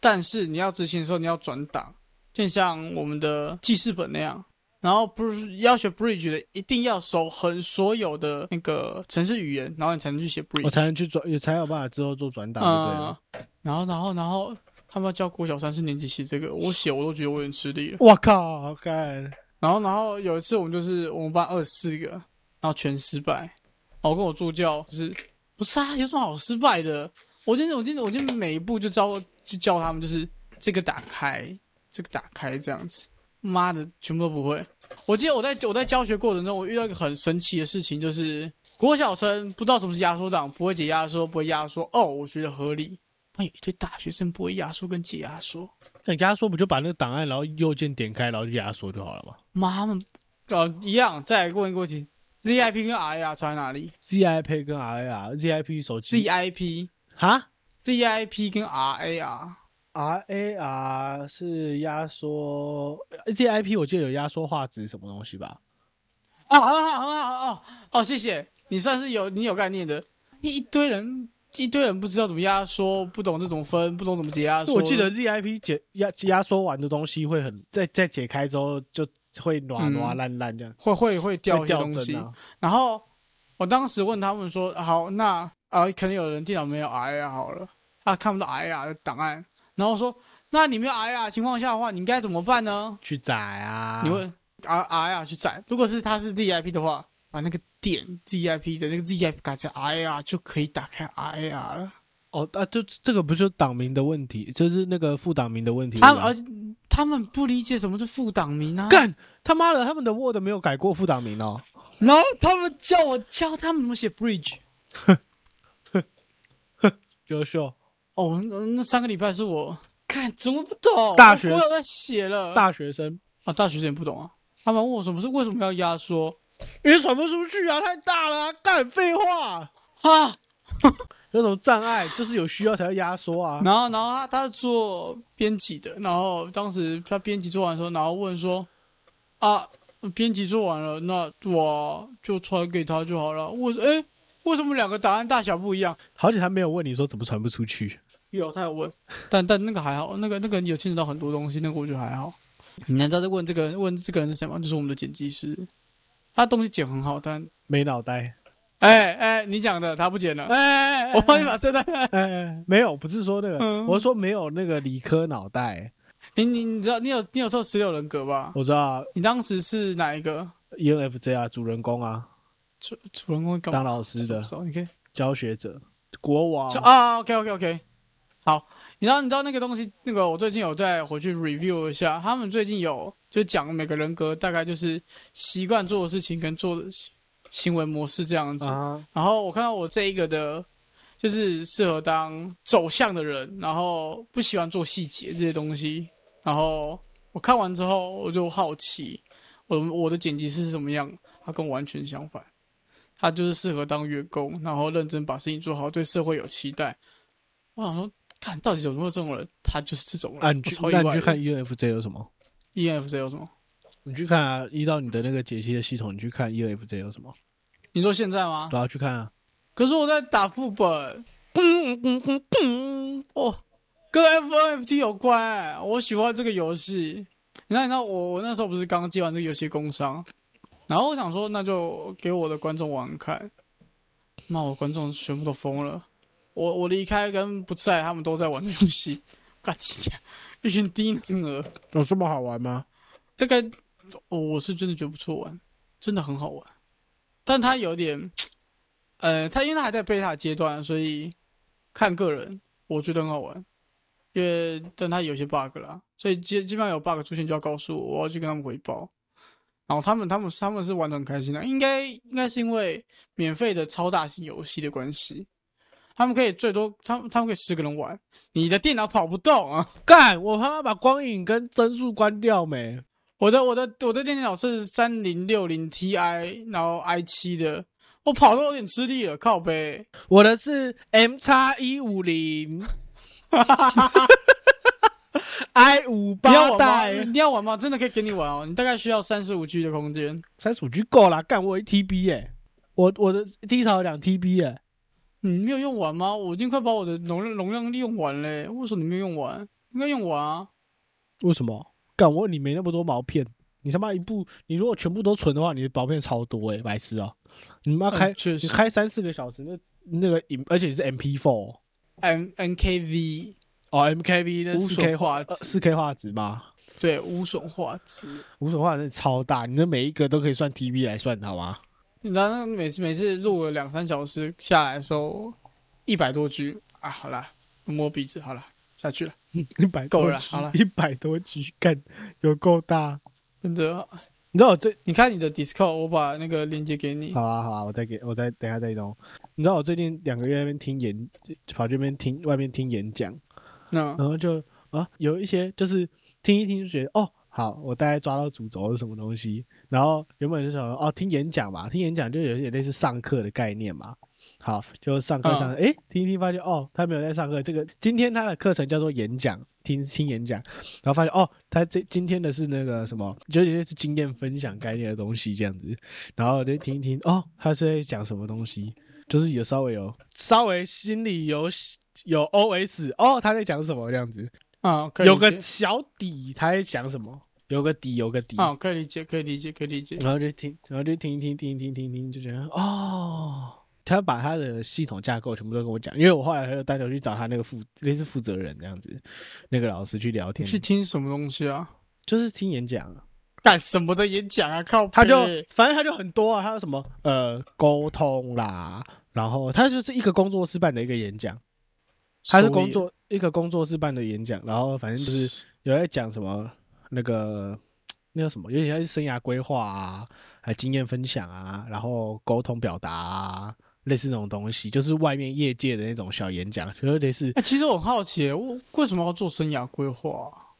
但是你要执行的时候你要转档，就像我们的记事本那样。然后不是要学 bridge 的，一定要熟很所有的那个城市语言，然后你才能去写 bridge。我才能去转，也才有办法之后做转档，对不对嗯了？，然后然后然后他们要教国小三四年级写这个，我写我都觉得我有点吃力了。我靠，好看！然后然后有一次我们就是我们班二十四个，然后全失败。然后我跟我助教就是不是啊，有什么好失败的？我今天我今天我今天每一步就教就教他们就是这个打开，这个打开这样子。妈的，全部都不会。我记得我在我在教学过程中，我遇到一个很神奇的事情，就是国小生不知道什么是压缩档，不会解压缩，不会压缩。哦，我觉得合理。那有一堆大学生不会压缩跟解压缩，那压缩不就把那个档案，然后右键点开，然后就压缩就好了嘛妈他们哦一样，再来问一个问题，ZIP 跟 RAR 差在哪里？ZIP 跟 RAR，ZIP 手机？ZIP 啊 ZIP 跟 RAR ，RAR 是压缩呃，ZIP 我记得有压缩画质什么东西吧？啊，很好，很好，哦哦，谢谢你，算是有你有概念的。一一堆人，一堆人不知道怎么压缩，不懂这种分，不懂怎么解压缩。我记得 ZIP 解压压缩完的东西会很，在在解开之后就会软软嗯烂烂这样，会会会掉会一些掉东西帧。啊。然后我当时问他们说：“好，那啊、呃可能有人电脑没有 IR 好了，他、看不到 IR 的档案。”然后我说：“那你没有 IR 的情况下的话，你应该怎么办呢？”去载啊，你问 R R 啊呀去载，如果是它是 ZIP 的话，把那个点 ZIP 的那个 ZIP 改成 R R 就可以打开 R R 了。哦啊，就这个不就党名的问题，就是那个副党名的问题。他对们吧而且他们不理解什么是副档名啊，干他妈的，他们的 Word 没有改过副党名哦，然后他们叫我教他们怎么写 bridge。优秀，哦，那那三个礼拜是我看怎么不懂，大学我国有在写了，大学生啊大学生也不懂啊。他们问我什么是为什么要压缩因为传不出去啊，太大了、啊，干废话，啊，有什么障碍？就是有需要才要压缩啊。然后然后他他是做编辑的，然后当时他编辑做完的时候，然后问说啊编辑做完了，那我就传给他就好了。我说哎，为什么两个答案大小不一样？好且他没有问你说怎么传不出去，有，他有问，但但那个还好，那个那个有牵扯到很多东西，那个我觉得还好。你难道在问这个人问这个人是谁吗？就是我们的剪辑师，他东西剪很好，但没脑袋。哎哎，你讲的他不剪了， 哎哎哎啊我帮你把这段，哎哎，没有，不是说那个，嗯我是说没有那个理科脑袋。 你你你知道你有你有受十六人格吧？我知道啊你当时是哪一个 ENFJ 啊，主人公啊，主主人公会干嘛当？老师的哦手手你可以教学者，国王就啊，OK OK OK，好，你知道你知道那个东西，那个我最近有再回去 review 一下，他们最近有就讲每个人格大概就是习惯做的事情跟做的行行为模式这样子。啊，然后我看到我这一个的，就是适合当走向的人，然后不喜欢做细节这些东西。然后我看完之后，我就好奇，我我的剪辑师是什么样？他跟我完全相反，他就是适合当员工，然后认真把事情做好，对社会有期待。我想说，看到底有没有这种人？他就是这种人，啊，你去我 超意那外你的。E 去看 ENFJ 有什么？ ENFJ 有什么？你去看啊，依照你的那个解析的系统，你去看 E ENFJ 有什么？你说现在吗？然后去看啊，可是我在打副本。哦，跟 FNFT 有关、欸，我喜欢这个游戏。你知道，你知道我我那时候不是刚接完这个游戏工商，然后我想说，那就给我的观众玩看。那我观众全部都疯了，我我离开跟不在，他们都在玩游戏，干几天，一群低能儿。有这么好玩吗？这个、哦我是真的觉得不错玩，真的很好玩，但它有点，呃，它因为它还在贝塔阶段，所以看个人，我觉得很好玩，因为但它有些 bug 啦，所以基基本上有 bug 出现就要告诉我，我要去跟他们回报。然后他们他们他们是玩的很开心的，应该应该是因为免费的超大型游戏的关系，他们可以最多他们他们可以十个人玩，你的电脑跑不动啊。干，我他妈把光影跟帧数关掉没？我的我的我的电脑是三零六零 Ti，然后 i 七的，我跑都有点吃力了，靠背。我的是 M 叉一五零，i 五你要八玩吗？代，你要玩吗？真的可以给你玩哦，你大概需要三十五 G 的空间。才数据够啦，干我有一 TB 耶、我我的低潮有两 TB 耶、嗯你没有用完吗？我已经快把我的容量容量利用完嘞，为什么你没有用完？应该用完啊。为什么？干我你没那么多毛片，你他妈一部你如果全部都存的话，你的毛片超多哎、白痴啊！你妈开、嗯确你实开三四个小时，那那个影，而且你是 MP4 哦，N NKV ，MKV 那无四 K 损画画质，呃四 K 画质吧，对，无损画质。无损画质超大，你的每一个都可以算 TB 来算，好吗？ 你知道那每次每次录了两三小时下来的时候，一百多 G 啊，好啦，摸鼻子好啦，下去了。一百够多了 G，好了一百多 G 干有够大。真的，你知道我最你看你的 Discord，我把那个链接给你。好啊好啊，我再给我再等一下再弄。你知道我最近两个月在那边听演，跑这边听外面听演讲，那然后就啊有一些就是听一听就觉得哦好，我大概抓到主轴是什么东西。然后原本就想说哦听演讲嘛，听演讲就有一点类似上课的概念嘛。好，就上课嗯上课，诶，听一听发现哦，他没有在上课。这个今天他的课程叫做演讲，听听演讲，然后发现哦，他这今天的是那个什么，就有点类似经验分享概念的东西这样子。然后就听一听哦，他是在讲什么东西，就是有稍微有稍微心里有有 OS 哦，他在讲什么这样子，啊，可以有理解个小底他在讲什么，有个底有个底，啊，可以理解，可以理解，可以理解。然后就听，然后就听听听听听听，就觉得哦。他把他的系统架构全部都跟我讲，因为我后来还有单独去找他那个负类似负责人这样子，那个老师去聊你天，去听什么东西啊？就是听演讲啊，干什么的演讲啊？靠背，他就反正他就很多啊，他有什么呃沟通啦，然后他就是一个工作室办的一个演讲，他是工作一个工作室办的演讲，然后反正就是有在讲什么那个那叫什么，有点像是生涯规划啊，还有经验分享啊，然后沟通表达啊，类似那种东西，就是外面业界的那种小演讲，就是类似哎、其实我很好奇耶，我为什么要做生涯规划啊、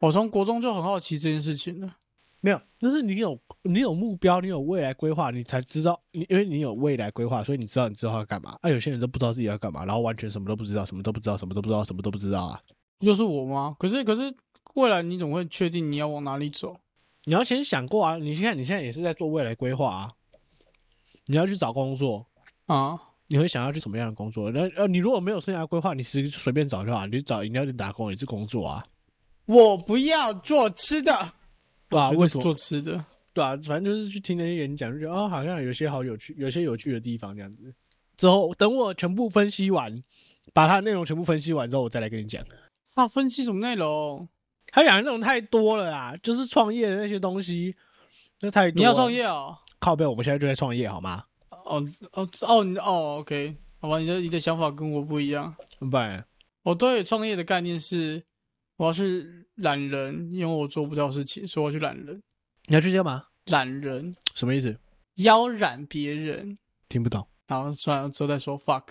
我从国中就很好奇这件事情了。没有，就是你有你有目标，你有未来规划，你才知道，你因为你有未来规划，所以你知道你之后要干嘛。啊，有些人都不知道自己要干嘛，然后完全什么都不知道，什么都不知道，什么都不知道，什么都不知道啊。不就是我吗？可是可是未来你怎么会确定你要往哪里走？你要先想过啊，你现在你现在也是在做未来规划啊，你要去找工作，啊，你会想要去什么样的工作？那呃，你如果没有生涯规划，你其实随便找就好，你去找饮料店打工也是工作啊，我不要做吃的，对啊，我觉得为什么做吃的？对啊，反正就是去听那些人讲，就觉得哦，好像有些好有趣，有些有趣的地方这样子。之后等我全部分析完，把它的内容全部分析完之后，我再来跟你讲。他、分析什么内容？他讲的那种太多了啦，就是创业的那些东西，那太多。啊你要创？业哦？靠背，我们现在就在创业，好吗？哦哦哦，你哦，OK，好吧，你的你的想法跟我不一样。怎么办？我对创业的概念是，我要去懒人，因为我做不到事情，所以我要去懒人。你要去干嘛？懒人，什么意思？腰染别人，听不懂。然后算了，之后再说 fuck。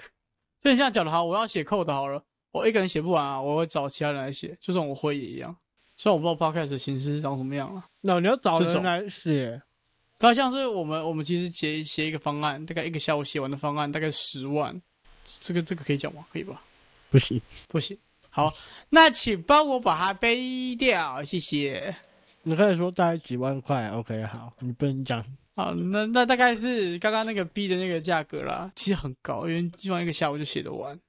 所以你现在讲的好，我要写 code 好了，我一个人写不完啊，我会找其他人来写，就算我会也一样。虽然我不知道 podcast 的形式是长什么样啊，那你要找这人种来写，那像是我们我们其实写写一个方案，大概一个下午写完的方案大概十万，这个这个可以讲吗？可以吧？不行。不行。好，那请帮我把它背掉，谢谢。你可以说大概几万块，OK，好，你不能讲。好，那那大概是刚刚那个 B 的那个价格啦，其实很高，因为基本上一个下午就写得完。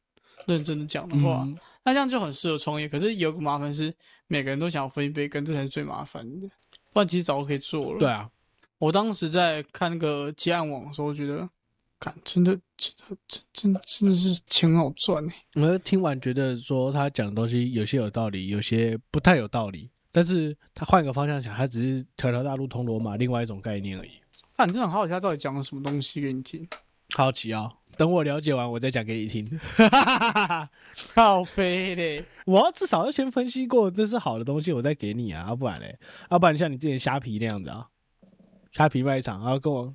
认真的讲的话，嗯，那这样就很适合创业。可是有个麻烦是，每个人都想要分一杯羹，这才是最麻烦的。不然其实早就可以做了。对，啊，我当时在看那个接案网的时候，觉得，看真的真的真真真的是钱好赚哎、我就听完觉得说他讲的东西有些有道理，有些不太有道理。但是他换个方向想，他只是条条大路通罗马，另外一种概念而已。看你真的很好奇他到底讲了什么东西给你听。好奇哦，等我了解完，我再讲给你听。 靠背嘞，我要至少要先分析过这是好的东西，我再给你啊，要不然嘞，要不然像你之前虾皮那样子啊，虾皮卖场，然后跟我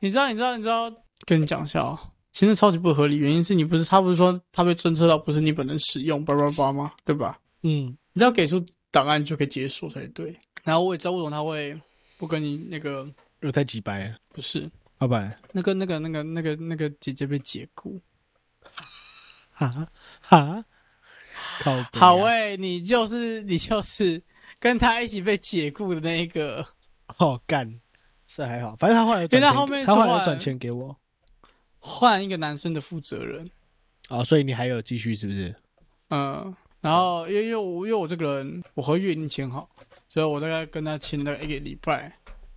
你知道你知道你知道，跟你讲一下哦、其实超级不合理，原因是你不是他不是说他被侦测到不是你本人使用，叭叭叭吗？对吧？嗯，你只要给出档案就可以解锁才对。然后我也知道为什么他会不跟你那个我太鸡掰了，啊不是要不然 嘞那个那个那个那个那个姐姐被解雇。哈哈，靠北啊、好诶、你就是你就是跟他一起被解雇的那一个。 哦干，是还好，反正他后来有因为转他钱，后面他是后来有换转钱给我。换一个男生的负责人，哦，所以你还有继续是不是？嗯，然后因为因为我因为我这个人我合约已经签好，所以我大概跟他签了大概一个礼拜，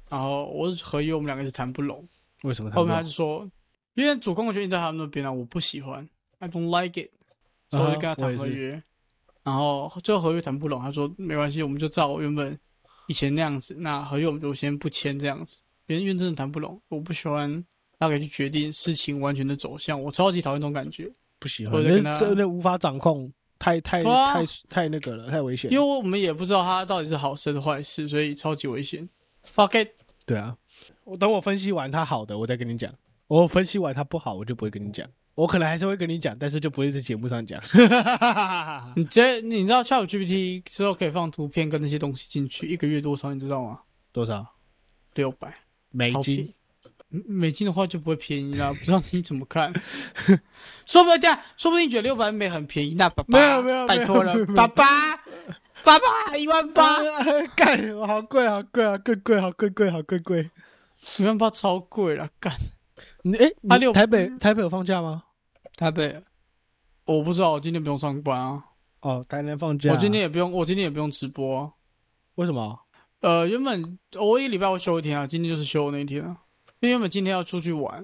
然后我合约我们两个是谈不拢，为什么他后面他就说，因为主控权一直在他们那边啊，我不喜欢，I don't like it，所以我啊就跟啊他谈合约，然后最后合约谈不拢，他说没关系，我们就照原本以前那样子，那合约我们就先不签这样子，因为因为真的谈不拢，我不喜欢大概去决定事情完全的走向，我超级讨厌这种感觉。不喜我欢，就那跟他真的无法掌控，太太对啊太太那个了，太危险因。为我们也不知道他到底是好事还是坏事，所以超级危险。Fuck it！对啊，我等我分析完他好的，我再跟你讲；我分析完他不好，我就不会跟你讲。我可能还是会跟你讲，但是就不会在节目上讲。你这你知道 ChatGPT 之后可以放图片跟那些东西进去，一个月多少你知道吗？多少六百美超便金宜？嗯美金的话就不会便宜啦，不知道你 怎么看？说不定这样，说不定你觉得六百美很便宜，那爸爸没有没有没有拜托没有了没，有爸爸爸爸一万八，干，我好贵，好贵啊，更贵，好贵贵，好贵贵。一万八超贵了，干你哎，啊你六台北台北有放假吗？台北，我不知道，我今天不用上班啊，哦，台南放假。我今天也不用，我今天也不用直播啊、为什么？呃，原本我一个礼拜会休一天啊，今天就是休的那一天啊。因为原本今天要出去玩，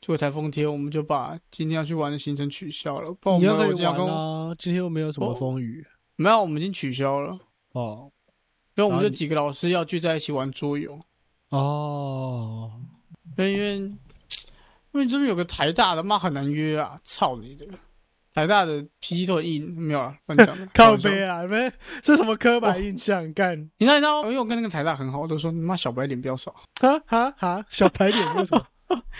结果台风天，我们就把今天要去玩的行程取消了。不然我你们要我哦今可以天要玩跟、啊，今天又没有什么我风雨没有，我们已经取消了，哦因为我然们后就你几个老师要聚在一起玩桌游。哦，。因为因为因为这边有个台大的，妈很难约啊！操你的！台大的脾气都很硬，没有啊，乱讲的 靠开玩背笑啊！你们这什么刻板印象？干你那你知道，因为我跟那个台大很好，我都说你妈小白脸不要耍，哈哈哈！小白脸为什 么？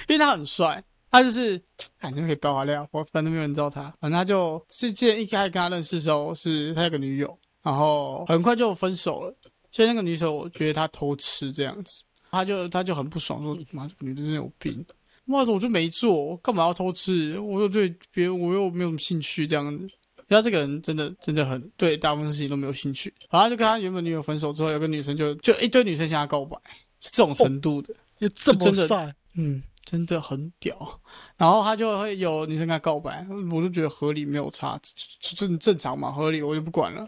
因为他很帅，他就是感觉可以爆他料，我反正没有人知道他。反正他就是之前一开始跟他认识的时候，是他有个女友，然后很快就分手了，所以那个女友我觉得他偷吃这样子，他就他就很不爽，说妈这个女的真的有病。妈的，我就没做，干嘛要偷吃？我又对别人，我又没有什么兴趣这样子。然后这个人真的真的很对大部分事情都没有兴趣，然后就跟他原本女友分手之后，有个女生就就一堆女生向他告白，是这种程度的。哦也这真么的帅？嗯，真的很屌。然后他就会有女生跟他告白，我就觉得合理没有差，正正常嘛，合理我就不管了。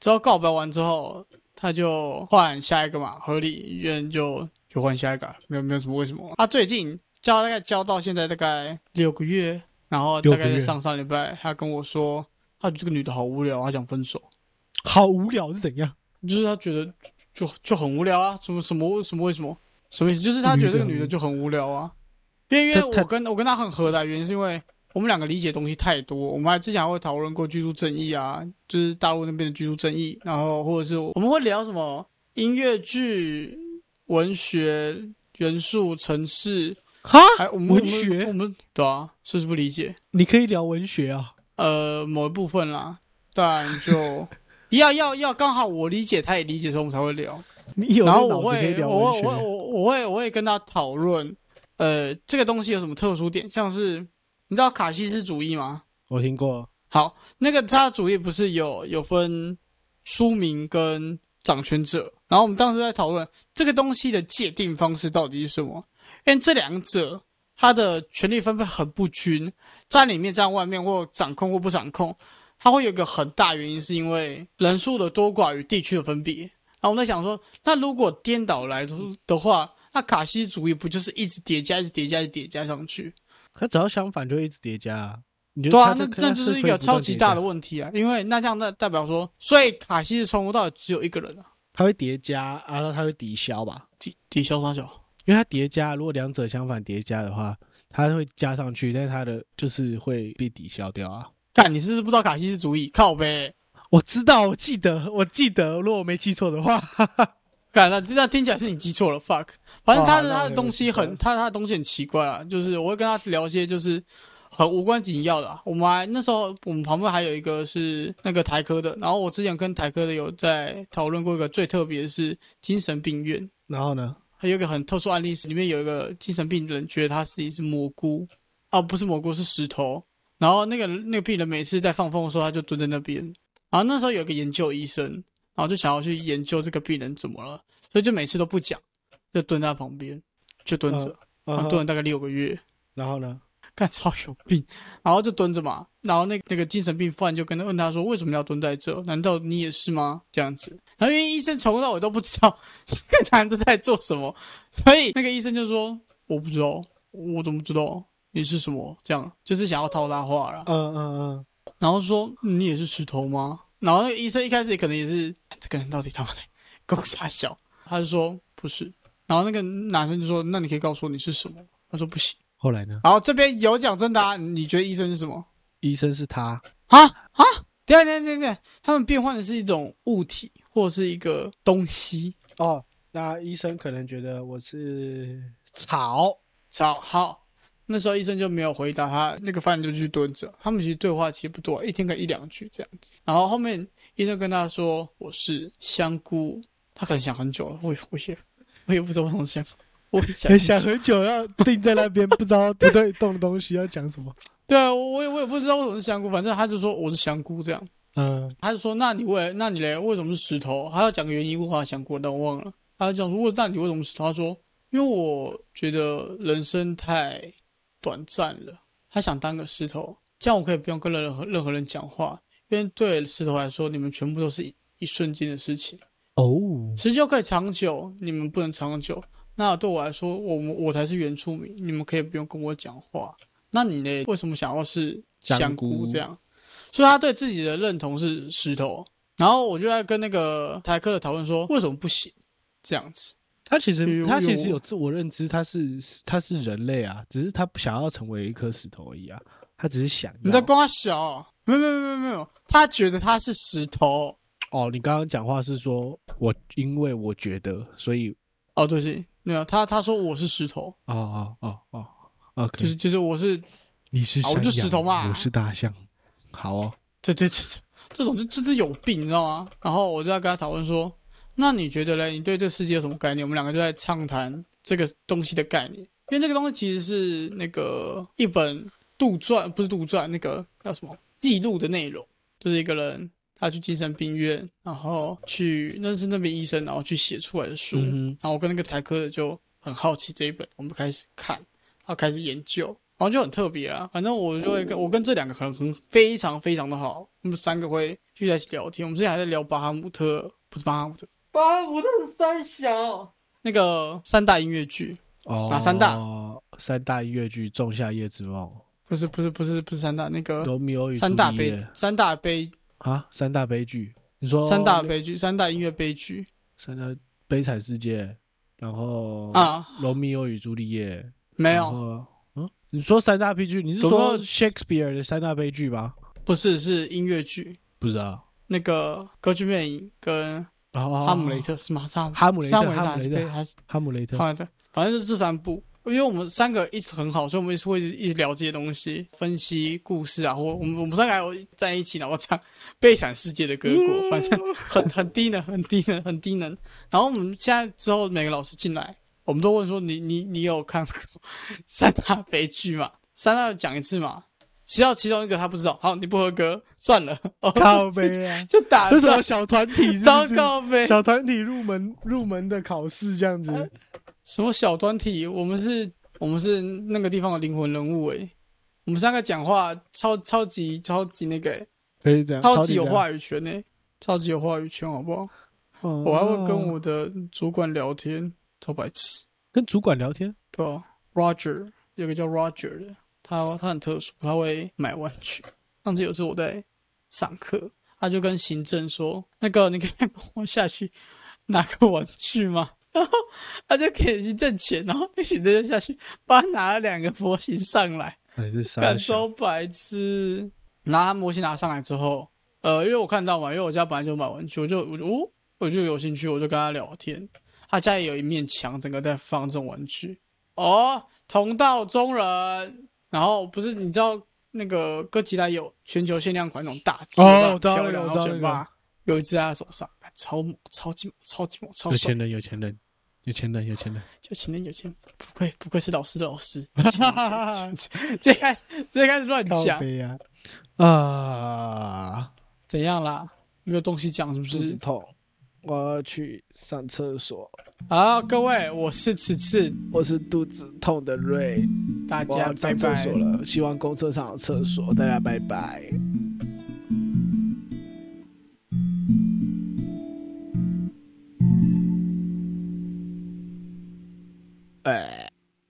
之后告白完之后，他就换下一个嘛，合理人就就换下一个，没有没有什么为什么。他最近交大概交到现在大概六个月，然后大概六在个月上上礼拜，他跟我说，他觉得这个女的好无聊，他想分手。好无聊是怎样？就是他觉得就就很无聊啊，什么什么什么为什么什么意思？就是他觉得这个女的就很无聊啊，因为因为他他我跟我跟他很合的原因是因为我们两个理解的东西太多，我们还之前还会讨论过居住正义啊，就是大陆那边的居住正义，然后或者是我们会聊什么音乐剧、文学元素、城市，哈，还我们文学我们我们对啊，是不是不理解？你可以聊文学啊，呃某一部分啦，但 就要要要刚好我理解，他也理解的时候，我们才会聊。你 有然那后脑我子可以会聊我文会我会学。我我会我会跟他讨论，呃，这个东西有什么特殊点？像是你知道卡西斯主义吗？我听过，好，那个他的主义不是有有分书名跟掌权者，然后我们当时在讨论这个东西的界定方式到底是什么，因为这两者它的权力分配很不均，在里面在外面或掌控或不掌控，它会有一个很大原因是因为人数的多寡与地区的分别。然后我们在想说，那如果颠倒来说的话，那卡西主义不就是一直叠加、一直叠加、一直叠加上去？他只要相反就一直叠加啊。你就对啊，他那就那他就是一可以个不断超级叠大加的问题啊！因为那这样那代表说，所以卡西的从头到尾只有一个人啊，它会叠加啊，它会抵消吧？抵抵消杀小。因为它叠加，如果两者相反叠加的话，它会加上去，但是它的就是会被抵消掉啊。干，你是不是不知道卡西是主义？靠呗！我知道，我记得，我记得，如果我没记错的话，干，那那听起来是你记错了，fuck。反正他的哦好那我他的也东没西记错很，他他的东西很奇怪啊，就是我会跟他聊一些就是很无关紧要的啊、我们还那时候我们旁边还有一个是那个台科的，然后我之前跟台科的有在讨论过一个最特别的是精神病院，然后呢？还有一个很特殊案例是，里面有一个精神病人觉得他自己是蘑菇，啊，不是蘑菇是石头。然后那个那个病人每次在放风的时候，他就蹲在那边。然后那时候有一个研究医生，然后就想要去研究这个病人怎么了，所以就每次都不讲，就蹲在他旁边，就蹲着，啊嗯然后蹲了大概六个月。然后呢？干超有病， 然后就蹲着嘛，然后那那个精神病犯就跟他问他说，为什么要蹲在这？难道你也是吗？这样子，然后因为医生从头到尾都不知道 这个男的在做什么，所以那个医生就说，我不知道，我怎么知道你是什么？这样就是想要套他话啦。嗯嗯嗯，然后说你也是石头吗？然后那个医生一开始可能也是这个人到底他妈的 够傻小，他就说不是，然后那个男生就说，那你可以告诉我你是什么？他说不行。后来呢？好，这边有讲真的、啊，你觉得医生是什么？医生是他，啊啊！等一下等一下等一下，他们变换的是一种物体或是一个东西。哦，那医生可能觉得我是草，好，好，那时候医生就没有回答他，那个犯人就去蹲着。他们其实对话其实不多，一天个一两句这样子。然后后面医生跟他说我是香菇，他可能想很久了，我也我也 我也不知道为什么想，我也 想 想很久要定在那边，不知道不对动的东西要讲什么。对啊，我我也我也不知道为什么是香菇，反正他就说我是香菇这样。嗯，他就说：“那你为那你嘞为什么是石头？”他要讲个原因，我好像想过，但我忘了。他就讲说：“那你为什么是石头？”他说：“因为我觉得人生太短暂了，他想当个石头，这样我可以不用跟任何任何人讲话，因为对石头来说，你们全部都是一一瞬间的事情。哦，持久可以长久，你们不能长久。那对我来说，我们我才是原住民，你们可以不用跟我讲话。那你呢？为什么想要是香香菇菇这样？所以他对自己的认同是石头。然后我就在跟那个台客的讨论说，为什么不行这样子？他其有实他其实有有自我认知，他是他是人类啊，只是他不想要成为一颗石头而已啊。他只是想要。你在光小、啊没有没有没有没有，他觉得他是石头。哦，你刚刚讲话是说我因为我觉得，所以哦，对不起，没有他他说我是石头，哦哦哦哦，OK，就是就是我是你是啊我山就石羊头嘛我是大象，好哦，对对对，这这种就这这有病，你知道吗？然后我就在跟他讨论说，那你觉得嘞？你对这个世界有什么概念？我们两个就在畅谈这个东西的概念，因为这个东西其实是那个一本杜撰，不是杜撰，那个叫什么记录的内容，就是一个人他去精神病院，然后去认识那边医生，然后去写出来的书。嗯哼，然后我跟那个台科的就很好奇这一本，我们开始看，然后开始研究，然后就很特别啊。反正我就会跟我跟这两个很很非常非常的好，我们三个会聚在一起聊天。我们之前还在聊巴哈姆特，不是巴哈姆特，巴哈姆特三小那个三大音乐剧，哦，哪三大三大音乐剧《仲夏夜之梦不是不是不是不是三大那》 《个罗密欧与朱三大丽悲叶三大悲啊，三大悲剧，你说三大悲剧三大音乐悲剧三大悲惨世界，然后，啊， 《罗密欧与朱丽叶》没然有，后，嗯，你说三大悲剧，你是罗密说欧 Shakespeare 的三大悲剧吗？不是是音乐剧。不知道，那个《歌剧魅影》跟《然后哦哈姆雷，特》是吗？是哈姆雷特是哈姆还是雷特悲还是哈姆雷特，好的，反正就是这三部。因为我们三个一直很好，所以我们一直会一直聊这些东西，分析故事啊，或我们我们三个还有在一起，然后唱《悲惨世界》的歌过，反嗯正很很低能，很低能，很低能。然后我们现在之后每个老师进来，我们都问说你你你有看过三大悲剧吗？三大讲一次嘛，其中其中一个他不知道，好你不合格，算了，哦、，靠背啊 就打这什断么小团体是不是？糟糕呗，小团体入门入门的考试这样子，呃什么小团体？我们是，我们是那个地方的灵魂人物诶、欸我们三个讲话超超级超级那个、欸，可以这样，超级有哦这样。话语权诶、欸超级有话语权，好不好？我我还会跟我的主管聊天，超白痴。哦跟主管聊天，对啊，Roger 有个叫 Roger 的，他他很特殊，他会买玩具。上次有次我在上课，他就跟行政说：“那个你可以帮我下去拿个玩具吗？”然后他就给行政钱，然后行政就下去帮他拿了两个模型上来，还是哎傻干超白痴。拿模型拿上来之后，呃，因为我看到嘛，因为我家本来就买玩具，我就我就哦，我就有兴趣，我就跟他聊天。他家里有一面墙，整个在放这种玩具。哦，同道中人。然后不是你知道那个哥吉拉有全球限量款那种大只的哦我知道漂那个亮，我然知道后那个嘴巴有一只在他手上，干超猛，超级猛，超级猛，超有爽钱。人，有钱人，有钱人，有钱人。有钱人，有钱人，不愧不愧是老师的老师。 有钱人有钱人直接开始直接开始乱靠讲，背啊嗯啊！怎样啦？没有东西讲是不肚子是？痛，我要去上厕所。好，各位，我是此次我是肚子痛的瑞，大我家要拜上厕拜所。了。希望公车上有厕所，大家拜拜。哎